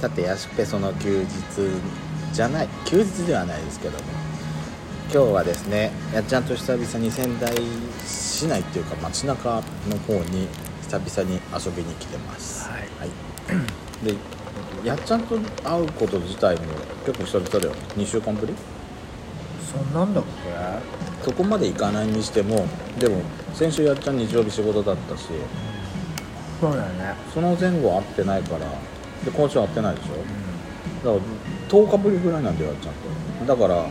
さてヤシペソの休日じゃない休日ではないですけども今日はですねやっちゃんと久々に仙台市内っていうか街中の方に久々に遊びに来てますはいいでやっちゃんと会うこと自体も結構久々だよ2週間ぶりそんなんだっそこまで行かないにしてもでも先週やっちゃん日曜日仕事だったしけそうだねその前後会ってないからで今週会ってないでしょだから10日ぶりぐらいなんだよやっちゃんとだから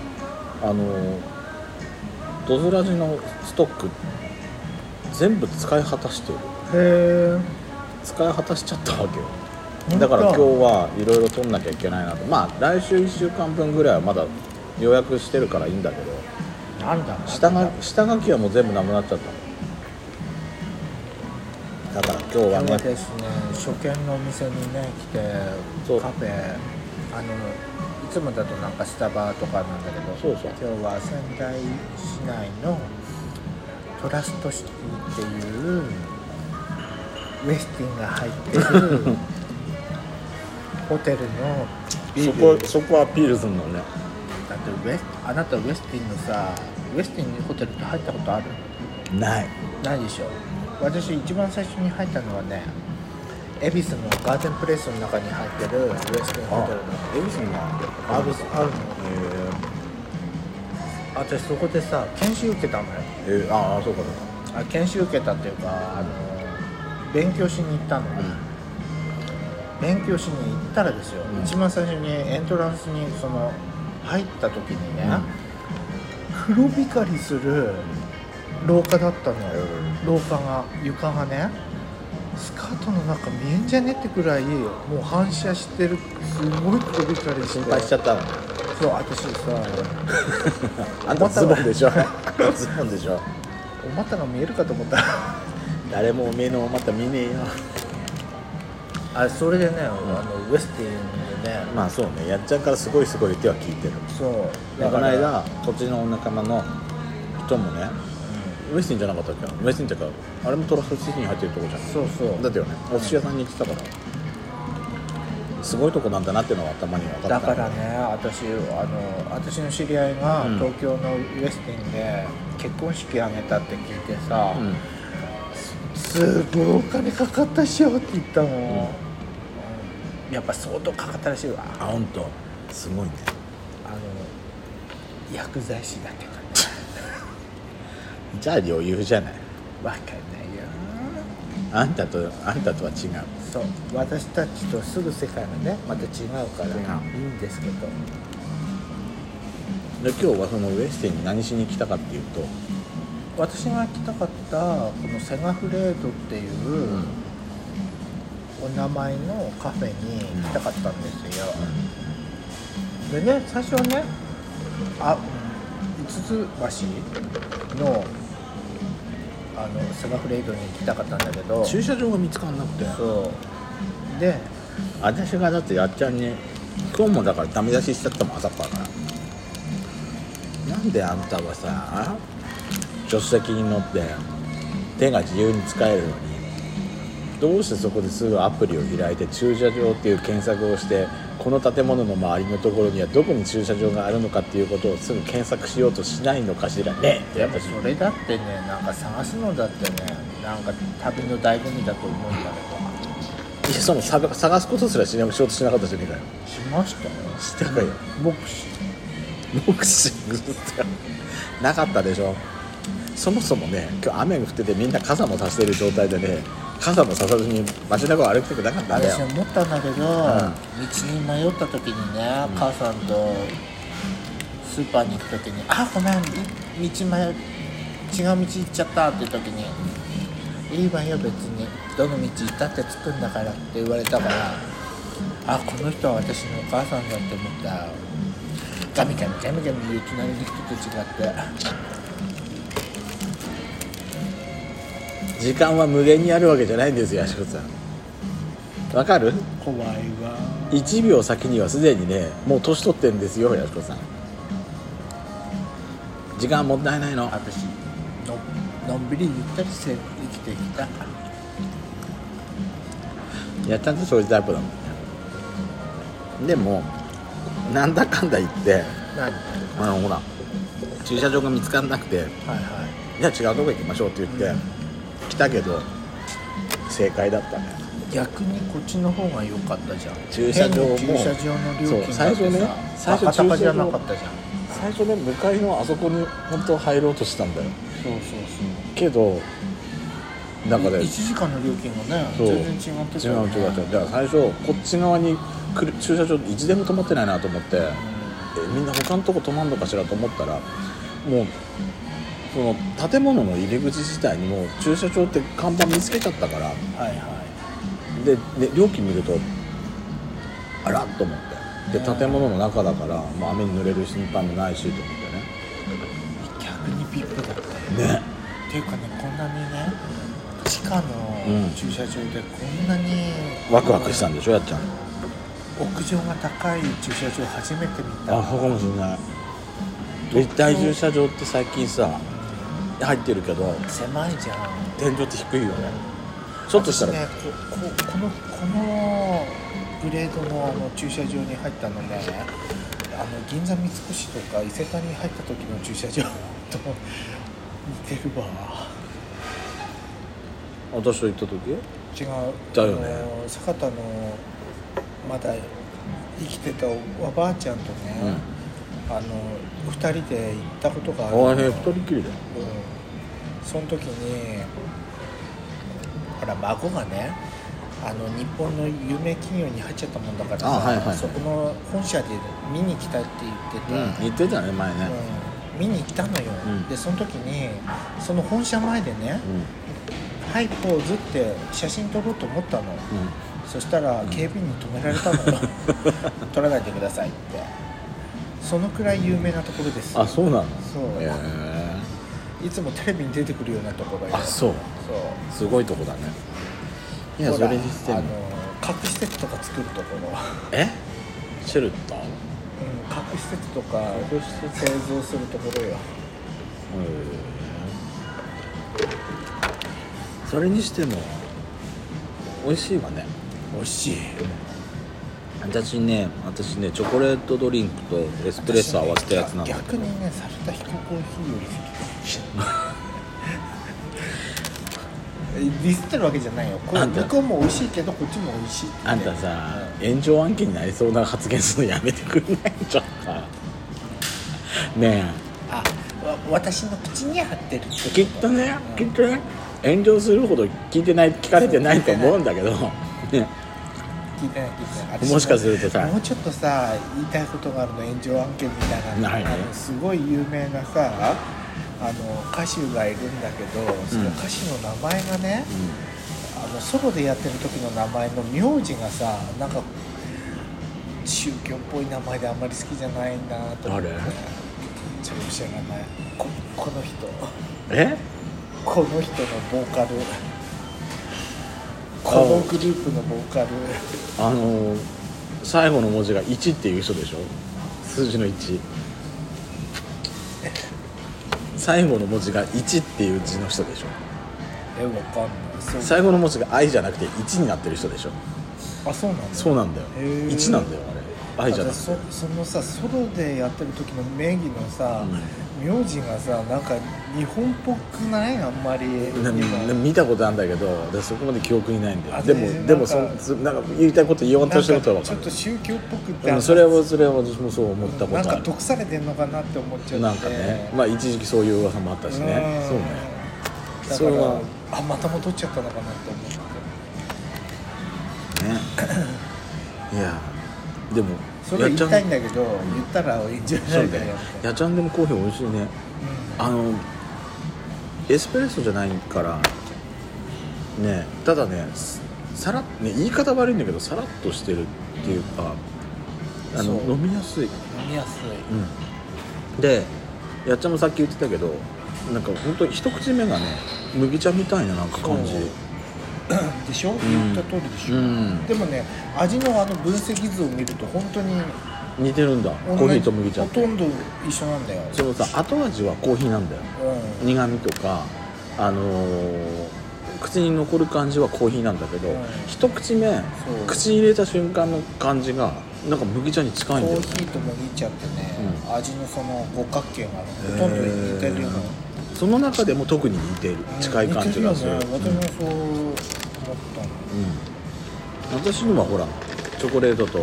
あのドズラジのストック全部使い果たしてるへえ使い果たしちゃったわけよ本だ当から今日はいろいろ取んなきゃいけないなとまあ来週1週間分ぐらいはまだ予約してるからいいんだけどなんだ下がが下書きはもう全部なくなっちゃっただから今日は今日ねはですね初見のお店にね来てそうカフェあのいつもだとなんかスタバとかなんだけどそうそう今日は仙台市内のトラストシティっていうウエスティンが入っ てるホテルのビそールこそこアピールするのねだってウエスあなたウエスティンのさウエスティンのホテルって入ったことあるないないでしょ私一番最初に入ったのはね恵比寿のガーデンプレイスの中に入ってるウエスティンホテルのエビスンがあるあるの私そこでさ研修受けたのよえーえーああそうかそうかあ研修受けたっていうかあの勉強しに行ったの、勉強しに行ったらですよ、うん一番最初にエントランスにその入った時にね、黒光りする廊下だったのよ、廊下が床がねスカートの中見えんじゃねってくらいもう反射してるすごい黒光りして心配しちゃったのそう私さあんたズボンで しょズボンでしょお股が見えるかと思った誰もおめえのまた見ねえよあそれでね、あのウエスティンでねまあそうねやっちゃんからすごいすごいっては聞いてるそうこのら間こっちのお仲間の人もねウエスティンじゃなかったっけウエスティンってかあれもトラフシティに入ってるとこじゃんそうそうだってよねお寿司屋さんに行ってたからすごいとこなんだなってのは頭に分かっただからね私あの私の知り合いがうん東京のウエスティンで結婚式挙げたって聞いてさ、うんすごいお金かかったっしょって言ったの、うんやっぱ相当かかったらしいわあ本当すごいねあの薬剤師だけどねじゃあ余裕じゃないわかんないよあんたとあんたとは違うそう私たちとすぐ世界がねまた違うから違いいんですけどで今日はそのウエスティンに何しに来たかっていうと私が行きたかったこのセガフレードっていう、お名前のカフェに行きたかったんですよ、でね最初はねあ五つ橋のあのセガフレードに行きたかったんだけど駐車場が見つからなくてそうで私がだってやっちゃんに今日もだからダメ出ししちゃったもん朝からなんであんたはさ助手席に乗って手が自由に使えるのにどうしてそこですぐアプリを開いて駐車場っていう検索をしてこの建物の周りのところにはどこに駐車場があるのかっていうことをすぐ検索しようとしないのかしらねってでやっもぱそれだってねなんか探すのだってねなんか旅の醍醐味だと思うんだけいやその探探すことすらしなしようとしなかったじゃねえかよどしましたよしたかよ目視ボクシングってなかったでしょそもそもね今日雨が降っててみんな傘もさしてる状態でね傘もささずに街中を歩きたくなかったんだ私よ思ったんだけど、道に迷った時にね、母さんとスーパーに行く時に「あごめんい道迷違う道行っちゃった」って時に「いいわよ別にどの道行ったって着くんだから」って言われたから「あこの人は私のお母さんだ」って思ったガミガミガミガミ言う隣の人と違って時間は無限にあるわけじゃないんですよ足子さんわかる怖いわ1秒先にはすでにねもう年取ってんですよやしこさん時間もったいないの私ののんびりゆったりして生きてきたやったんとそういうタイプだもんでもなんだかんだ言って何はいあのほら駐車場が見つからなくてはじゃあ違うとこ行きましょうって言って、来たけど正解だったねい逆にこっちの方が良かったじゃん駐車場も変に駐車場の料金そうだ最っ初てね最さ初バカ高じゃ駐車な場かったじゃん最初ね向かいのあそこに本当は入ろうとしたんだよそうそうけどなんかそうね1時間の料金がねそう全然違って違たようね違う違うじゃあ最初こっち側に来る駐車場一でも止まってないなと思ってえみんな他のとこ止まんのかしらと思ったらもうその建物の入り口自体にもう駐車場って看板見つけちゃったからうんはいはいでで料金見るとあらっと思ってでね建物の中だから、まあ、雨に濡れる心配もないしと思っ逆にビップだったよてねねっていうかねこんなにね地下うんの駐車場でこんなに、ワクワクしたんでしょやっちゃん屋上が高い駐車場初めて見たあそうかもしんない立体駐車場って最近さ入ってるけど狭いじゃん天井って低いよねちょっとしたら、私ねこここのこのグレードのあの駐車場に入ったのねあの銀座三越とか伊勢丹に入った時の駐車場と似てるわ私と行った時違うだよねあの坂田のまだ生きてたおおばあちゃんとね、あの2人で行ったことがああるのあね二人きりだようんその時にほら孫がねあの日本の有名企業に入っちゃったもんだからさあはいはいそこの本社で見に来たいって言ってて、うん言ってたね前ねうん見に行ったのよ、うんでその時にその本社前でねうん「はいポーズ」って写真撮ろうと思ったの、うんそしたら警備員に止められたの よ撮らないでくださいってそのくらい有名なところですあそうなのそうへえいつもテレビに出てくるようなところよあそうそうすごいとこだねいいやそれにしてあのも核施設とか作るところ、うん、えシェルター核施設とか核施製造するところようんそれにしても美味しいわね美味しい私ね私ねチョコレートドリンクとエスプレッソ合わせたやつなんだ逆にねサルタヒココーヒーより好きディスってるわけじゃないよこれあんた向こうも美味しいけどこっちも美味しいってねあんたさ炎上案件になりそうな発言するのやめてくんないちょっとねあわ私の口に貼ってるってこえきっとねきっとね炎上するほど聞いてない聞かれてないと思うんだけどね聞いてない聞いてないもしかするとさもうちょっとさ言いたいことがあるの炎上案件みたいなないねあのすごい有名なさあの歌手がいるんだけどその歌手の名前がね、あのソロでやってる時の名前の名字がさなんか宗教っぽい名前であんまり好きじゃないなと思って誰ちょっと知らないここの人えこの人のボーカルこのグループのボーカルあのー最後の文字が1っていう人でしょ数字の1最後の文字が1っていう字の人でしょえわかんないそう最後の文字が「i」じゃなくて1になってる人でしょあそうなんだそうなんだよへー1なんだよあれ「i」じゃなくそてそのさソロでやってる時の名義のさ、名字がさなんか日本っぽくないあんまりなな見たことあるんだけどでそこまで記憶にないんだあよでねもでもそなんかそなんか言いたいこと言わんなとんしてることは分かちょっかとる宗教っぽくっでてもそれはそれは私もそう思ったこなんとあかる毒されてんのかなって思っちゃってなんかねまあ一時期そういう噂もあったしねんそうねだそれからはあまた戻っちゃったのかなって思っねていやでもそれは言いたいんやっだけど言ったらいいんじゃちゃんなそいうかだよよやっちゃんでもコーヒー美味しいねあのエスプレッソじゃないからねただねすさらっね言い方悪いんだけどさらっとしてるっていうかあのそう飲みやすい、飲みやすいうん、でやっちゃんもさっき言ってたけどなんか本当一口目がね麦茶みたいななんか感じそうでしょ言った通りでしょ、うんでもね味のあの分析図を見ると本当に似てるんだコ同ーじヒーと麦茶っほとてんど一緒なんだよそのさ後味はコーヒーなんだようん苦味とか、あのー口に残る感じはコーヒーなんだけど、うん一口目そう口に入れた瞬間の感じがなんか麦茶に近いんだコよーねヒーと麦茶ってね、味のその五角形がほとんど似てるような、その中でも特に似てる近い感じがする似てよね、私もそう思ったの、うん私のはほらチョコレートと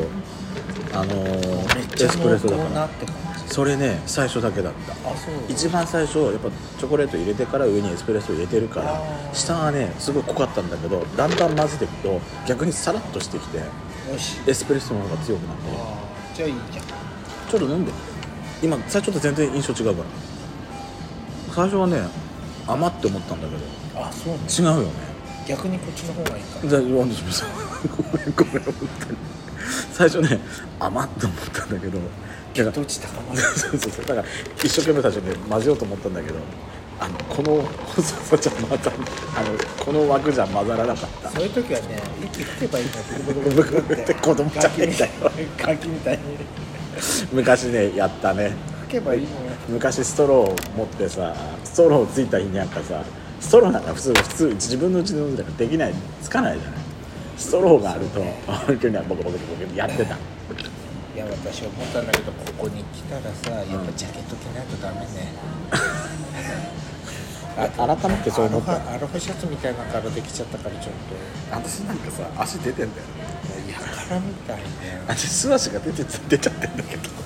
あのめっーちゃエスプ濃レッソ厚だかならって感じそれね最初だけだったあそう一番最初やっぱチョコレート入れてから上にエスプレッソ入れてるかあらー下はねすごい濃かったんだけどだんだん混ぜていくと逆にサラッとしてきて美味しいエスプレッソの方が強くなってあーじゃあいいじゃんちょっと飲んで今最初と全然印象違うから最初はね甘って思ったんだけどあそうね違うよね逆にこっちの方がいいかじゃあワンダさんごめんごめん本当に最初ね甘って思ったんだけどだかどらっち高まるそうそうそうだから一生懸命最初ね混ぜようと思ったんだけどあのこの細さじゃ混ざあのこの枠じゃ混ざらなかったそういう時はね息吹けばいいのブルブクブクって子供じゃねえんだよガキみたいに昔ねやったね吹けばいいのよ昔ストローを持ってさストローついた日になんかさストローなんか普通普通自分のうちで飲んだらできないつかないじゃないストローがあると本当にはボコボコボコボコやってたいや私思ったんだけどここに来たらさやっぱジャケット着ないとダメね、あ改めてそう思ったアロハアロハシャツみたいなのからできちゃったからちょっと私なんかさ足出てんだよいやからみたいね私素足が出て出ちゃってんだけども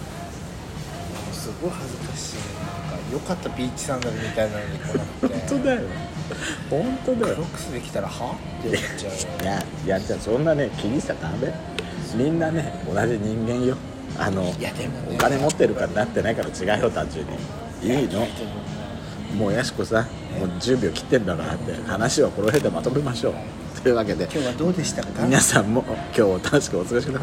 うすごい恥ずかしいなんかよかったビーチサンダルみたいなのに来なくて本当だよ本当だクよロックスできたらはって思っちゃうよいやいやじゃあそんなね気にしたらダメみんなね同じ人間よあのいやでもねお金持ってるからなってないから違うよ単純にいいのでもねもうやしこさんもう10秒切ってんだからって話はこの辺でまとめましょうというわけで今日はどうでしたか皆さんも今日を楽しくお過ごしください